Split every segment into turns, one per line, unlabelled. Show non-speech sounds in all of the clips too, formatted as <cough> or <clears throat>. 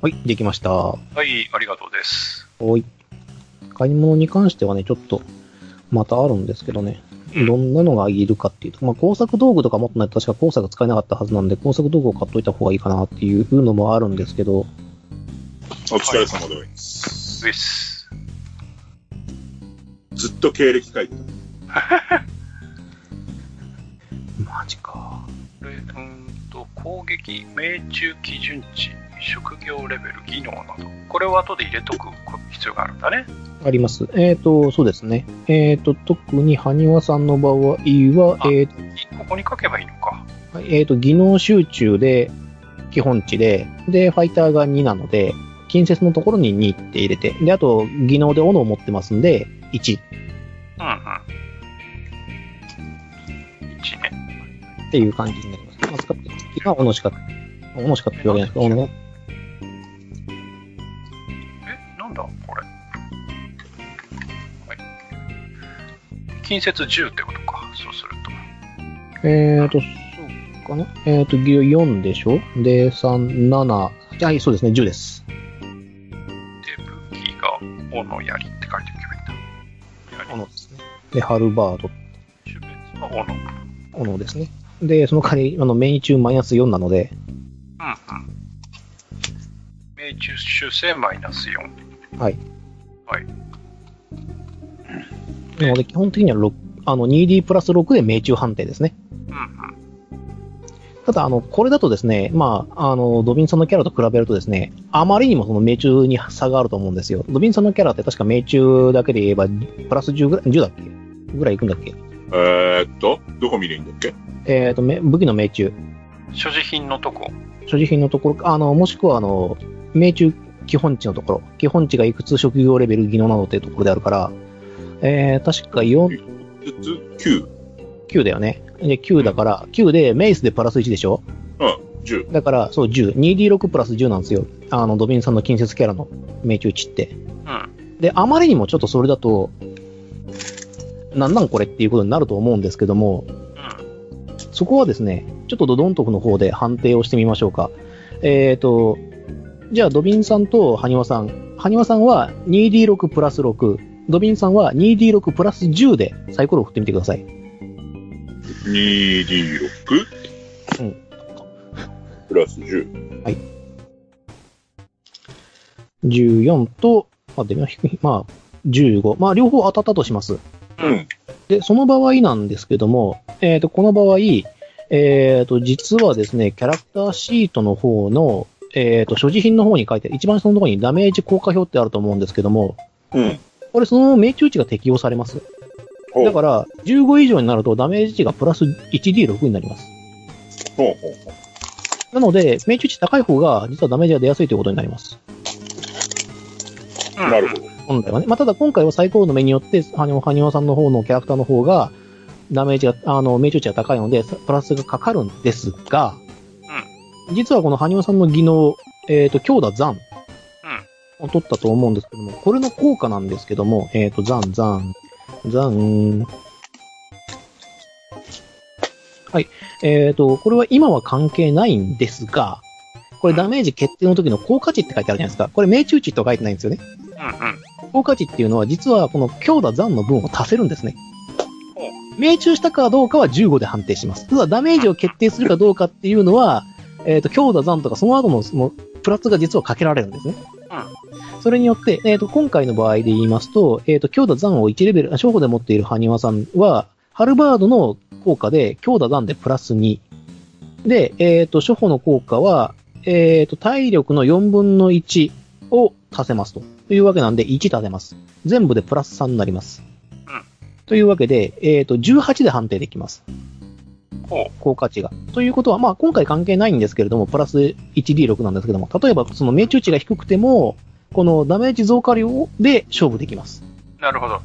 はい、できました。は
はい、ありがとうです。
い。買い物に関してはね、ちょっと、またあるんですけどね。
うん
どんなのがいるかっていうと、まあ、工作道具とか持ってないと確か工作使えなかったはずなんで、工作道具を買っといた方がいいかなっていうのもあるんですけど、
お疲れ様でございます。
ウィス。
ずっと経歴書いてた。
マジか。
これ、うーんと、攻撃、命中基準値、職業レベル、技能など。これを後で入れとく必要があるんだね。
あります。えっ、と、そうですね。えっ、と、特に埴輪さんの場合は、
あ
えっ、
いここに書けばいいのか。
と、はいえーと、技能集中で、基本値で、で、ファイターが2なので、近接のところに2って入れて、で、あと、技能で斧を持ってますんで、1。
うんうん。1ね。
っていう感じになります。まあ、使ってる時は斧しか、斧しかっていうわけじゃないですけど、斧が
え、なんだこれ。はい。近接10ってことか。そうすると。
えーと、そうかなえーと、ぎ4でしょで、3、7、はい、そうですね、10です。
で、武器が、斧槍って書いておけばいいんだ。槍
斧ですね。で、ハルバード、
種別は斧。うん
斧ですね。で、その代わり、あの、命中マイナス4なので、
うん。命中修正マイナス4。
はい。
はい。
なので、基本的には6、あの、2D プラス6で命中判定ですね。
うんうん。
ただ、あの、これだとですね、まあ、あの、ドビンさんのキャラと比べるとですね、あまりにもその命中に差があると思うんですよ。ドビンさんのキャラって確か命中だけで言えば、プラス10ぐらい、10だっけぐらいいくんだっけ
えー、っと、どこ見りゃいいんだっけ
えっ、と、め武器の命中、
所持品のとこ。
所持品のところ、あの、もしくは、あの、命中基本値のところ、基本値がいくつ職業レベル技能などっていうところであるから、えー、確か4、
つつ9、
9だよね。で、9だから、9で、メイスでプラス1でしょ
10。
だから、そう、10。2D6 プラス10なんですよ。あの、ドビンさんの近接キャラの命中値って。
うん。
で、あまりにもちょっとそれだと、なんなんこれっていうことになると思うんですけども、
うん。
そこはですね、ちょっとドドントフの方で判定をしてみましょうか。えーと、じゃあドビンさんとハニワさん。ハニワさんは 2D6 プラス6。ドビンさんは 2D6 プラス10でサイコロを振ってみてください。
2D6、
うん
プラス10。
14と、まあ、デメの低い、 <laughs> まあ、15。まあ、両方当たったとします。
うん。
で、その場合なんですけども、えっ、と、この場合、えっ、と、実はですね、キャラクターシートの方の、えっ、と、所持品の方に書いてある、一番下のところにダメージ効果表ってあると思うんですけども、
うん。
これその命中値が適用されます。
ほう
だから、15以上になるとダメージ値がプラス 1D6 になります。
ほうほうほう。
なので、命中値高い方が、実はダメージが出やすいということになります。
うん
なるほど。
本来はね。まあ、ただ今回はサイコロの目によって、ハニワハニワさんの方のキャラクターの方が、ダメージが、あの、命中値が高いので、プラスがかかるんですが、実はこのハニワさんの技能、えっ、と、強打残を取ったと思うんですけども、これの効果なんですけども、えっ、ー、と、残、残、残、はい。えっ、と、これは今は関係ないんですが、これダメージ決定の時の効果値って書いてあるじゃないですか。これ命中値とは書いてないんですよね。
うんうん。
効果値っていうのは、実はこの強打残の分を足せるんですね
ほ。
命中したかどうかは15で判定します。ただ、ダメージを決定するかどうかっていうのは、えっ、と、強打残とかその後のそのプラスが実はかけられるんですね。それによって、えっ、と、今回の場合で言いますと、えっ、と、強打残を1レベル、あ初歩で持っているハニワさんは、ハルバードの効果で、強打残でプラス2。で、えっ、と、初歩の効果は、えっ、と、体力の4分の1を足せますと。というわけなんで、1足せます。全部でプラス3になります。
うん
というわけで、えっ、と、18で判定できます。
ほ
効果値が。ということは、まあ、今回関係ないんですけれども、プラス 1D6 なんですけども、例えば、その命中値が低くても、このダメージ増加量で勝負できます。
う。なるほど。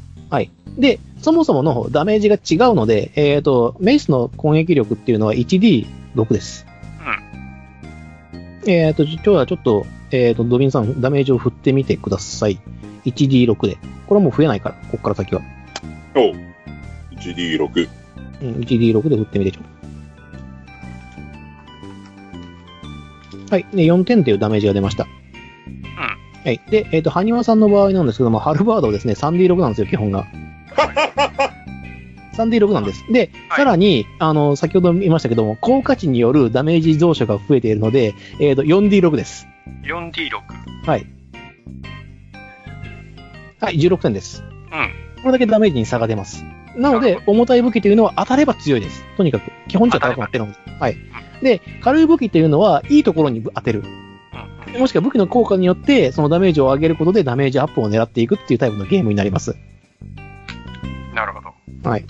で、そもそものダメージが違うので、えっ、と、メイスの攻撃力っていうのは 1D6 です。えっ、と、今日はちょっと、えっ、と、ドビンさん、ダメージを振ってみてください。1D6 で。これはもう増えないから、ここから先は。
ほう。1D6。
うん、1D6 で振ってみてちょ。はい。で、4点というダメージが出ました。はい。で、えっ、と、ハニワさんの場合なんですけども、ハルバードはですね、3D6 なんですよ、基本
<laughs>
が。3D6 なんです。で、
はい
さらに、あの、先ほど見ましたけども、効果値によるダメージ増殖が増えているので、えっ、と、4D6 です。
4D6。
はい、16点です。
ん
これだけダメージに差が出ます。なの
な
で
る、
重たい武器というのは当たれば強いです。とにかく。基本値は高くなってるので。はい。で、軽い武器というのは、いいところに当てる。
うん
もしくは武器の効果によって、そのダメージを上げることでダメージアップを狙っていくっていうタイプのゲームになります。
うんなるほど。
はい。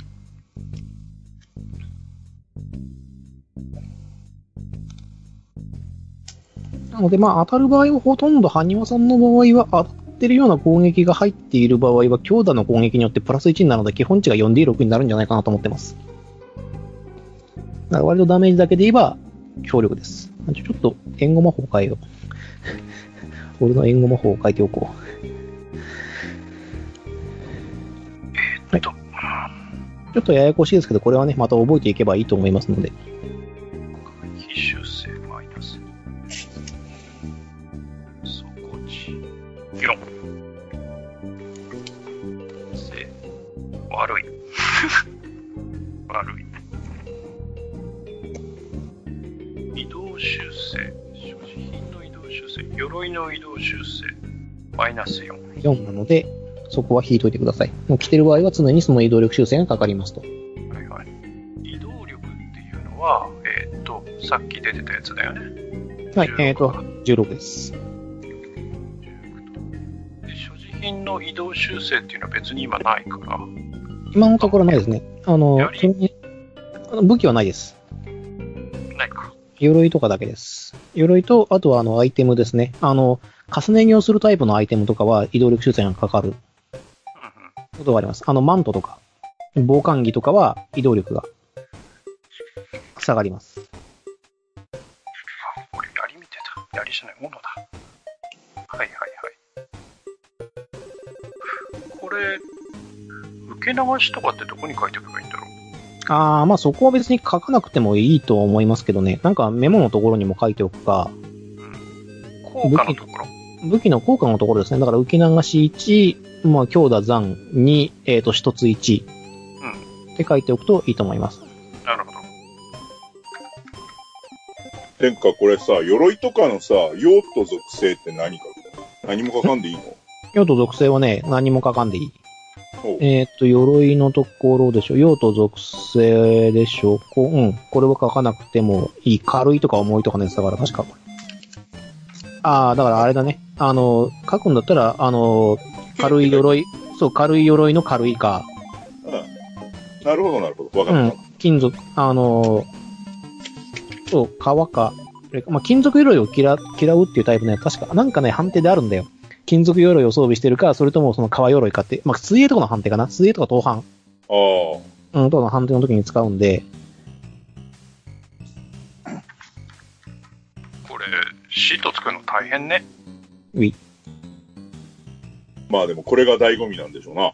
なので、まあ、当たる場合はほとんど、ハニワさんの場合は、当たってるような攻撃が入っている場合は、強打の攻撃によってプラス1になるので、基本値が 4D6 になるんじゃないかなと思ってます。だから割とダメージだけで言えば、強力です。ちょちょっと、援護魔法変えよう。 <laughs> 俺の援護魔法を変えておこう。
えーっと、
ちょっとややこしいですけど、これはね、また覚えていけばいいと思いますので。
非修正マイナス。そこち4。せ、悪い。 <laughs> 悪い。移動修正。所持品の移動修正。鎧の移動修正。マイナス4。
4なので、そこは引いといてください。もう来てる場合は常にその移動力修正がかかりますと。
はいはい。移動力っていうのは、えーっと、さっき出てたやつだよね。
はい、えっ、と
16、
16です。
で所持品の移動修正っていうのは別に今ないから、
今のところないですね。あの
よ、り
それにあの武器はないです。
ないか。
鎧とかだけです。鎧と、あとはあの、アイテムですね。あの、重ね着をするタイプのアイテムとかは移動力修正がかかる
うんうん
ことがあります。あの、マントとか、防寒着とかは移動力が下がります。
あ、これ槍見てた。槍じゃないものだ。はいはいはい。これ、受け流しとかってどこに書いておけばいいんだろう
あー、まあそこは別に書かなくてもいいと思いますけどね。なんかメモのところにも書いておくか、
効果のところ。
武器の効果のところですね。だから受け流し1、まあ、強打残2、えっ、と、一つ1。って書いておくといいと思います。
なるほど。
天下これさ、鎧とかのさ、用途属性って何か何も書かんでいいの
用途属性はね、何も書かんでいい。
ほう
えっ、と、鎧のところでしょ。用途属性でしょ。こう、うん。これは書かなくてもいい。軽いとか重いとかのやつだから、確か。ああ、だからあれだね。あの、書くんだったら、あの、軽い鎧、そう、軽い鎧の軽いか、
うん。なるほど、なるほど。わかっ
金属、あのーそう、革か、あれかまあ、金属鎧を嫌嫌うっていうタイプね、確か、なんかね、判定であるんだよ。金属鎧を装備してるか、それともその革鎧かって、まあ、水泳とかの判定かな水泳とか投反、
た。あ
うん、とかの判定の時に使うんで、
これ、シート作るの大変ね。
あ。まあでもこれが醍醐味なんでしょうな。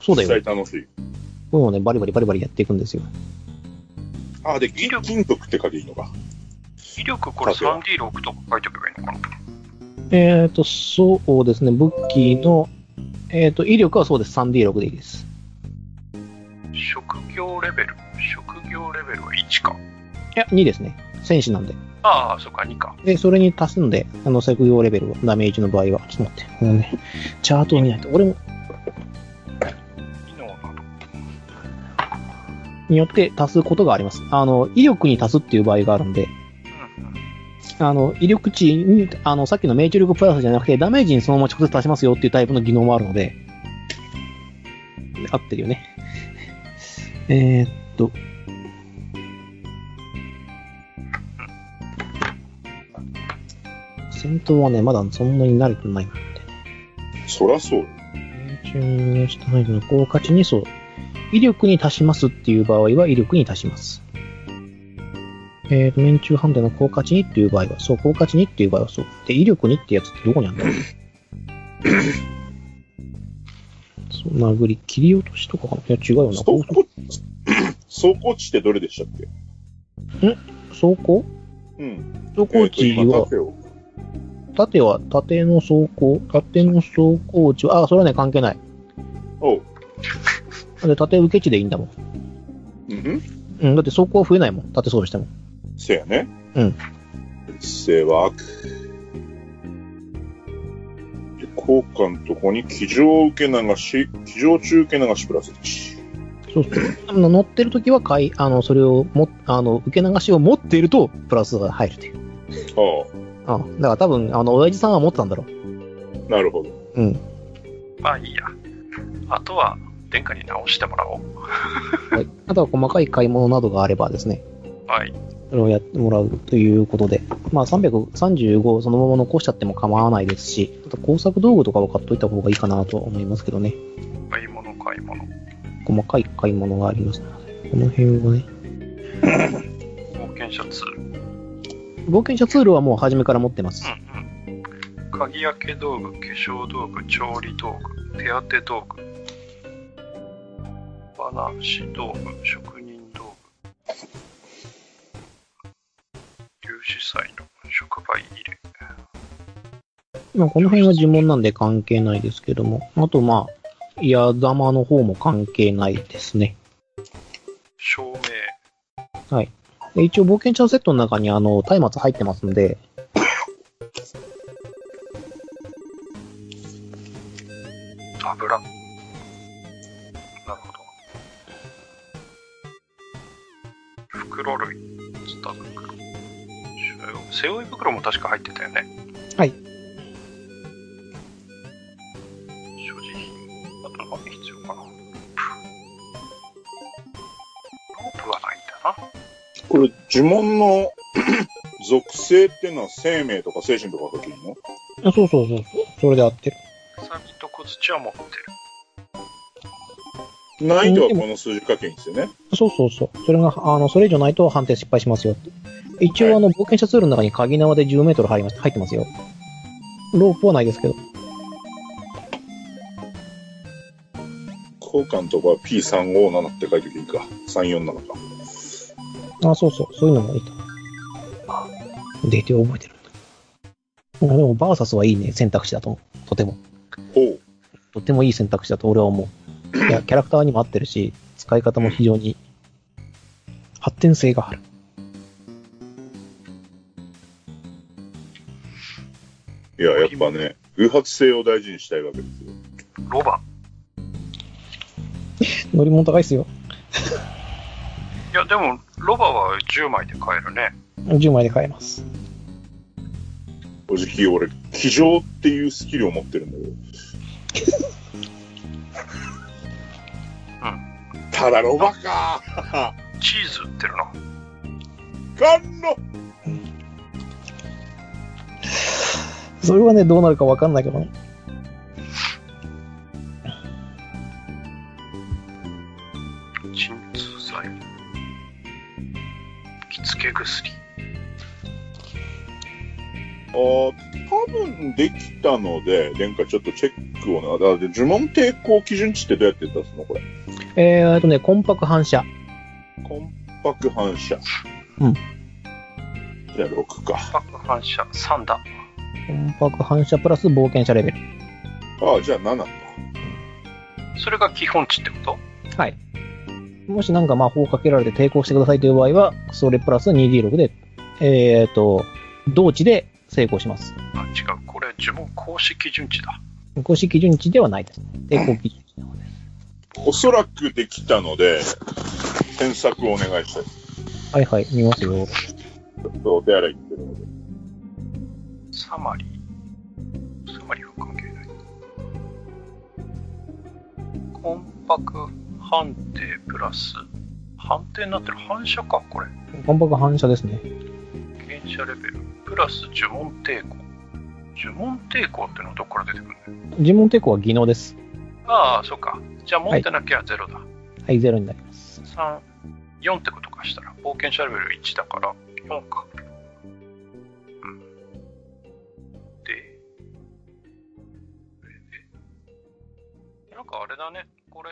そうだよ。
実際楽しい。
もうね、バリバリバリバリやっていくんですよ。
ああ、で、金金属って書けばいいのか。
威力これ
さすが
3D6 とか書いておけばいいのかな
えっ、ー、と、そうですね、武器の、えっ、と、威力はそうです。3D6 でいいです。
職業レベル。職業レベルは1か。
いや、2ですね。戦士なんで。
ああ、そっか、2か。
で、それに足すんで、あの、作業レベルを、ダメージの場合は。ちょっと待って。もうね、チャートを見ないと。俺も、
技能など。
によって足すことがあります。あの、威力に足すっていう場合があるんで、
うんうん。
あの、威力値に、あの、さっきの命中力プラスじゃなくて、ダメージにそのまま直接足しますよっていうタイプの技能もあるので、合ってるよね。 <laughs> えーっと。戦闘はね、まだそんなに慣れてないので。
そらそうよ。
命中したいの効果値にそう。威力に足しますっていう場合は威力に足します。えーと、命中判断の効果値にっていう場合は、そう、効果値にっていう場合はそう。で、威力にってやつってどこにあるんだろうそう、殴り、切り落としとかかな。いや、違うよな。
走
こ
<coughs> 行地、走行地ってどれでしたっけ
う走行
うん。
走行値
えーと今
は、
縦を
縦は、縦の走行、縦の走行値は、あ、それはね、関係ない。
おう。
だって縦受け値でいいんだもん。
うん
うん、だって走行は増えないもん。縦そうしても。
せやね。
うん。
姿勢は悪。で効果のとこに、騎乗受け流し、騎乗中受け流しプラス1。
そうそう。あの乗ってる時は、かい、あの、それをも、あの、受け流しを持っていると、プラスが入るという。
あ
あだから多分、あの、親父さんは持ってたんだろう。
あ、なるほど。
うん。
まあいいや。あとは、殿下に直してもらおう。
はい。あとは細かい買い物などがあればですね、
はい。
それをやってもらうということで、まあ335そのまま残しちゃっても構わないですし、あと工作道具とかは買っといた方がいいかなとは思いますけどね。
買い物、買い物。
細かい買い物がありますので、この辺をね。
冒険者ツール。
冒険者ツールはもう初めから持ってます。
うんうん。鍵開け道具、化粧道具、調理道具、手当て道具、話道具、職人道具、粒子祭の触媒入れ。
まあこの辺は呪文なんで関係ないですけども、あとまあ、矢玉の方も関係ないですね。
照明、
で一応冒険者セットの中にあの、松明入ってますんで、
油。なるほど。袋類、スタック。背負い袋も確か入ってたよね。
はい。
所持品。あと何必要かな。ロープはないんだな。
これ、呪文の <coughs> 属性ってのは生命とか精神とか書けるの
あそうそうそうそう、それで合ってる。
サビと小槌は持ってる。
難易度はこの数字書けんですよね。
そうそうそう。それが、あの、それ以上ないと判定失敗しますよって。一
はい
応、あの、冒険者ツールの中に鍵縄で10メートル入ります入ってますよ。ロープはないですけど。
効果のとこは P357 って書いておきゃいいか。347か。
あ、そうそう。そういうのもいいと。データを覚えてるんだ。あでも、バーサスはいいね、選択肢だと思う。とても。
ほう。
とてもいい選択肢だと俺は思う。い <clears throat> や、キャラクターにも合ってるし、使い方も非常に発展性がある。
いや、やっぱね、偶発性を大事にしたいわけですよ。
ロバ。
乗り物高いっすよ。
いや、でも、ロバは10枚で買えるね。
10枚で買えます。
おじき、俺、騎乗っていうスキルを持ってるんだけど。ただロバか
チーズ売ってるな。
ガンロ
それはね、どうなるかわかんないけどね。
鎮痛剤着付け薬
あー多分できたので、殿下ちょっとチェックをな。だって呪文抵抗基準値ってどうやって出すのこれ。
えーっとね、コンパク反射。
コンパク反射。
うん。
じゃあ6か。
パック反射3だ
コンパク反射プラス冒険者レベル。
ああ、じゃあ7か。
それが基本値ってこと
はい。もしなんか魔法をかけられて抵抗してくださいという場合は、それプラス 2D6 で、えーっと、同値で成功します。
あ違うこれ呪文公式基準値だ
公式基準値ではないです。抵抗基準値の方で
おそらくできたので、添削をお願いしたい。
す。はいはい、見ますよ。
ちょっとお手洗い行ってるので。
サマリーサマリーは関係ないコンパク判定プラス判定になってる反射かこれ
コンパク反射ですね。
原射レベルプラス呪文抵抗呪文抵抗ってのはどこから出てくるの
呪文抵抗は技能です。
ああそっかじゃあ持ってなきゃゼロだ、
はい、ゼロになります。
3、4ってことかしたら、冒険者レベル1だから、4か。うん。で、これでなんかあれだね、これ、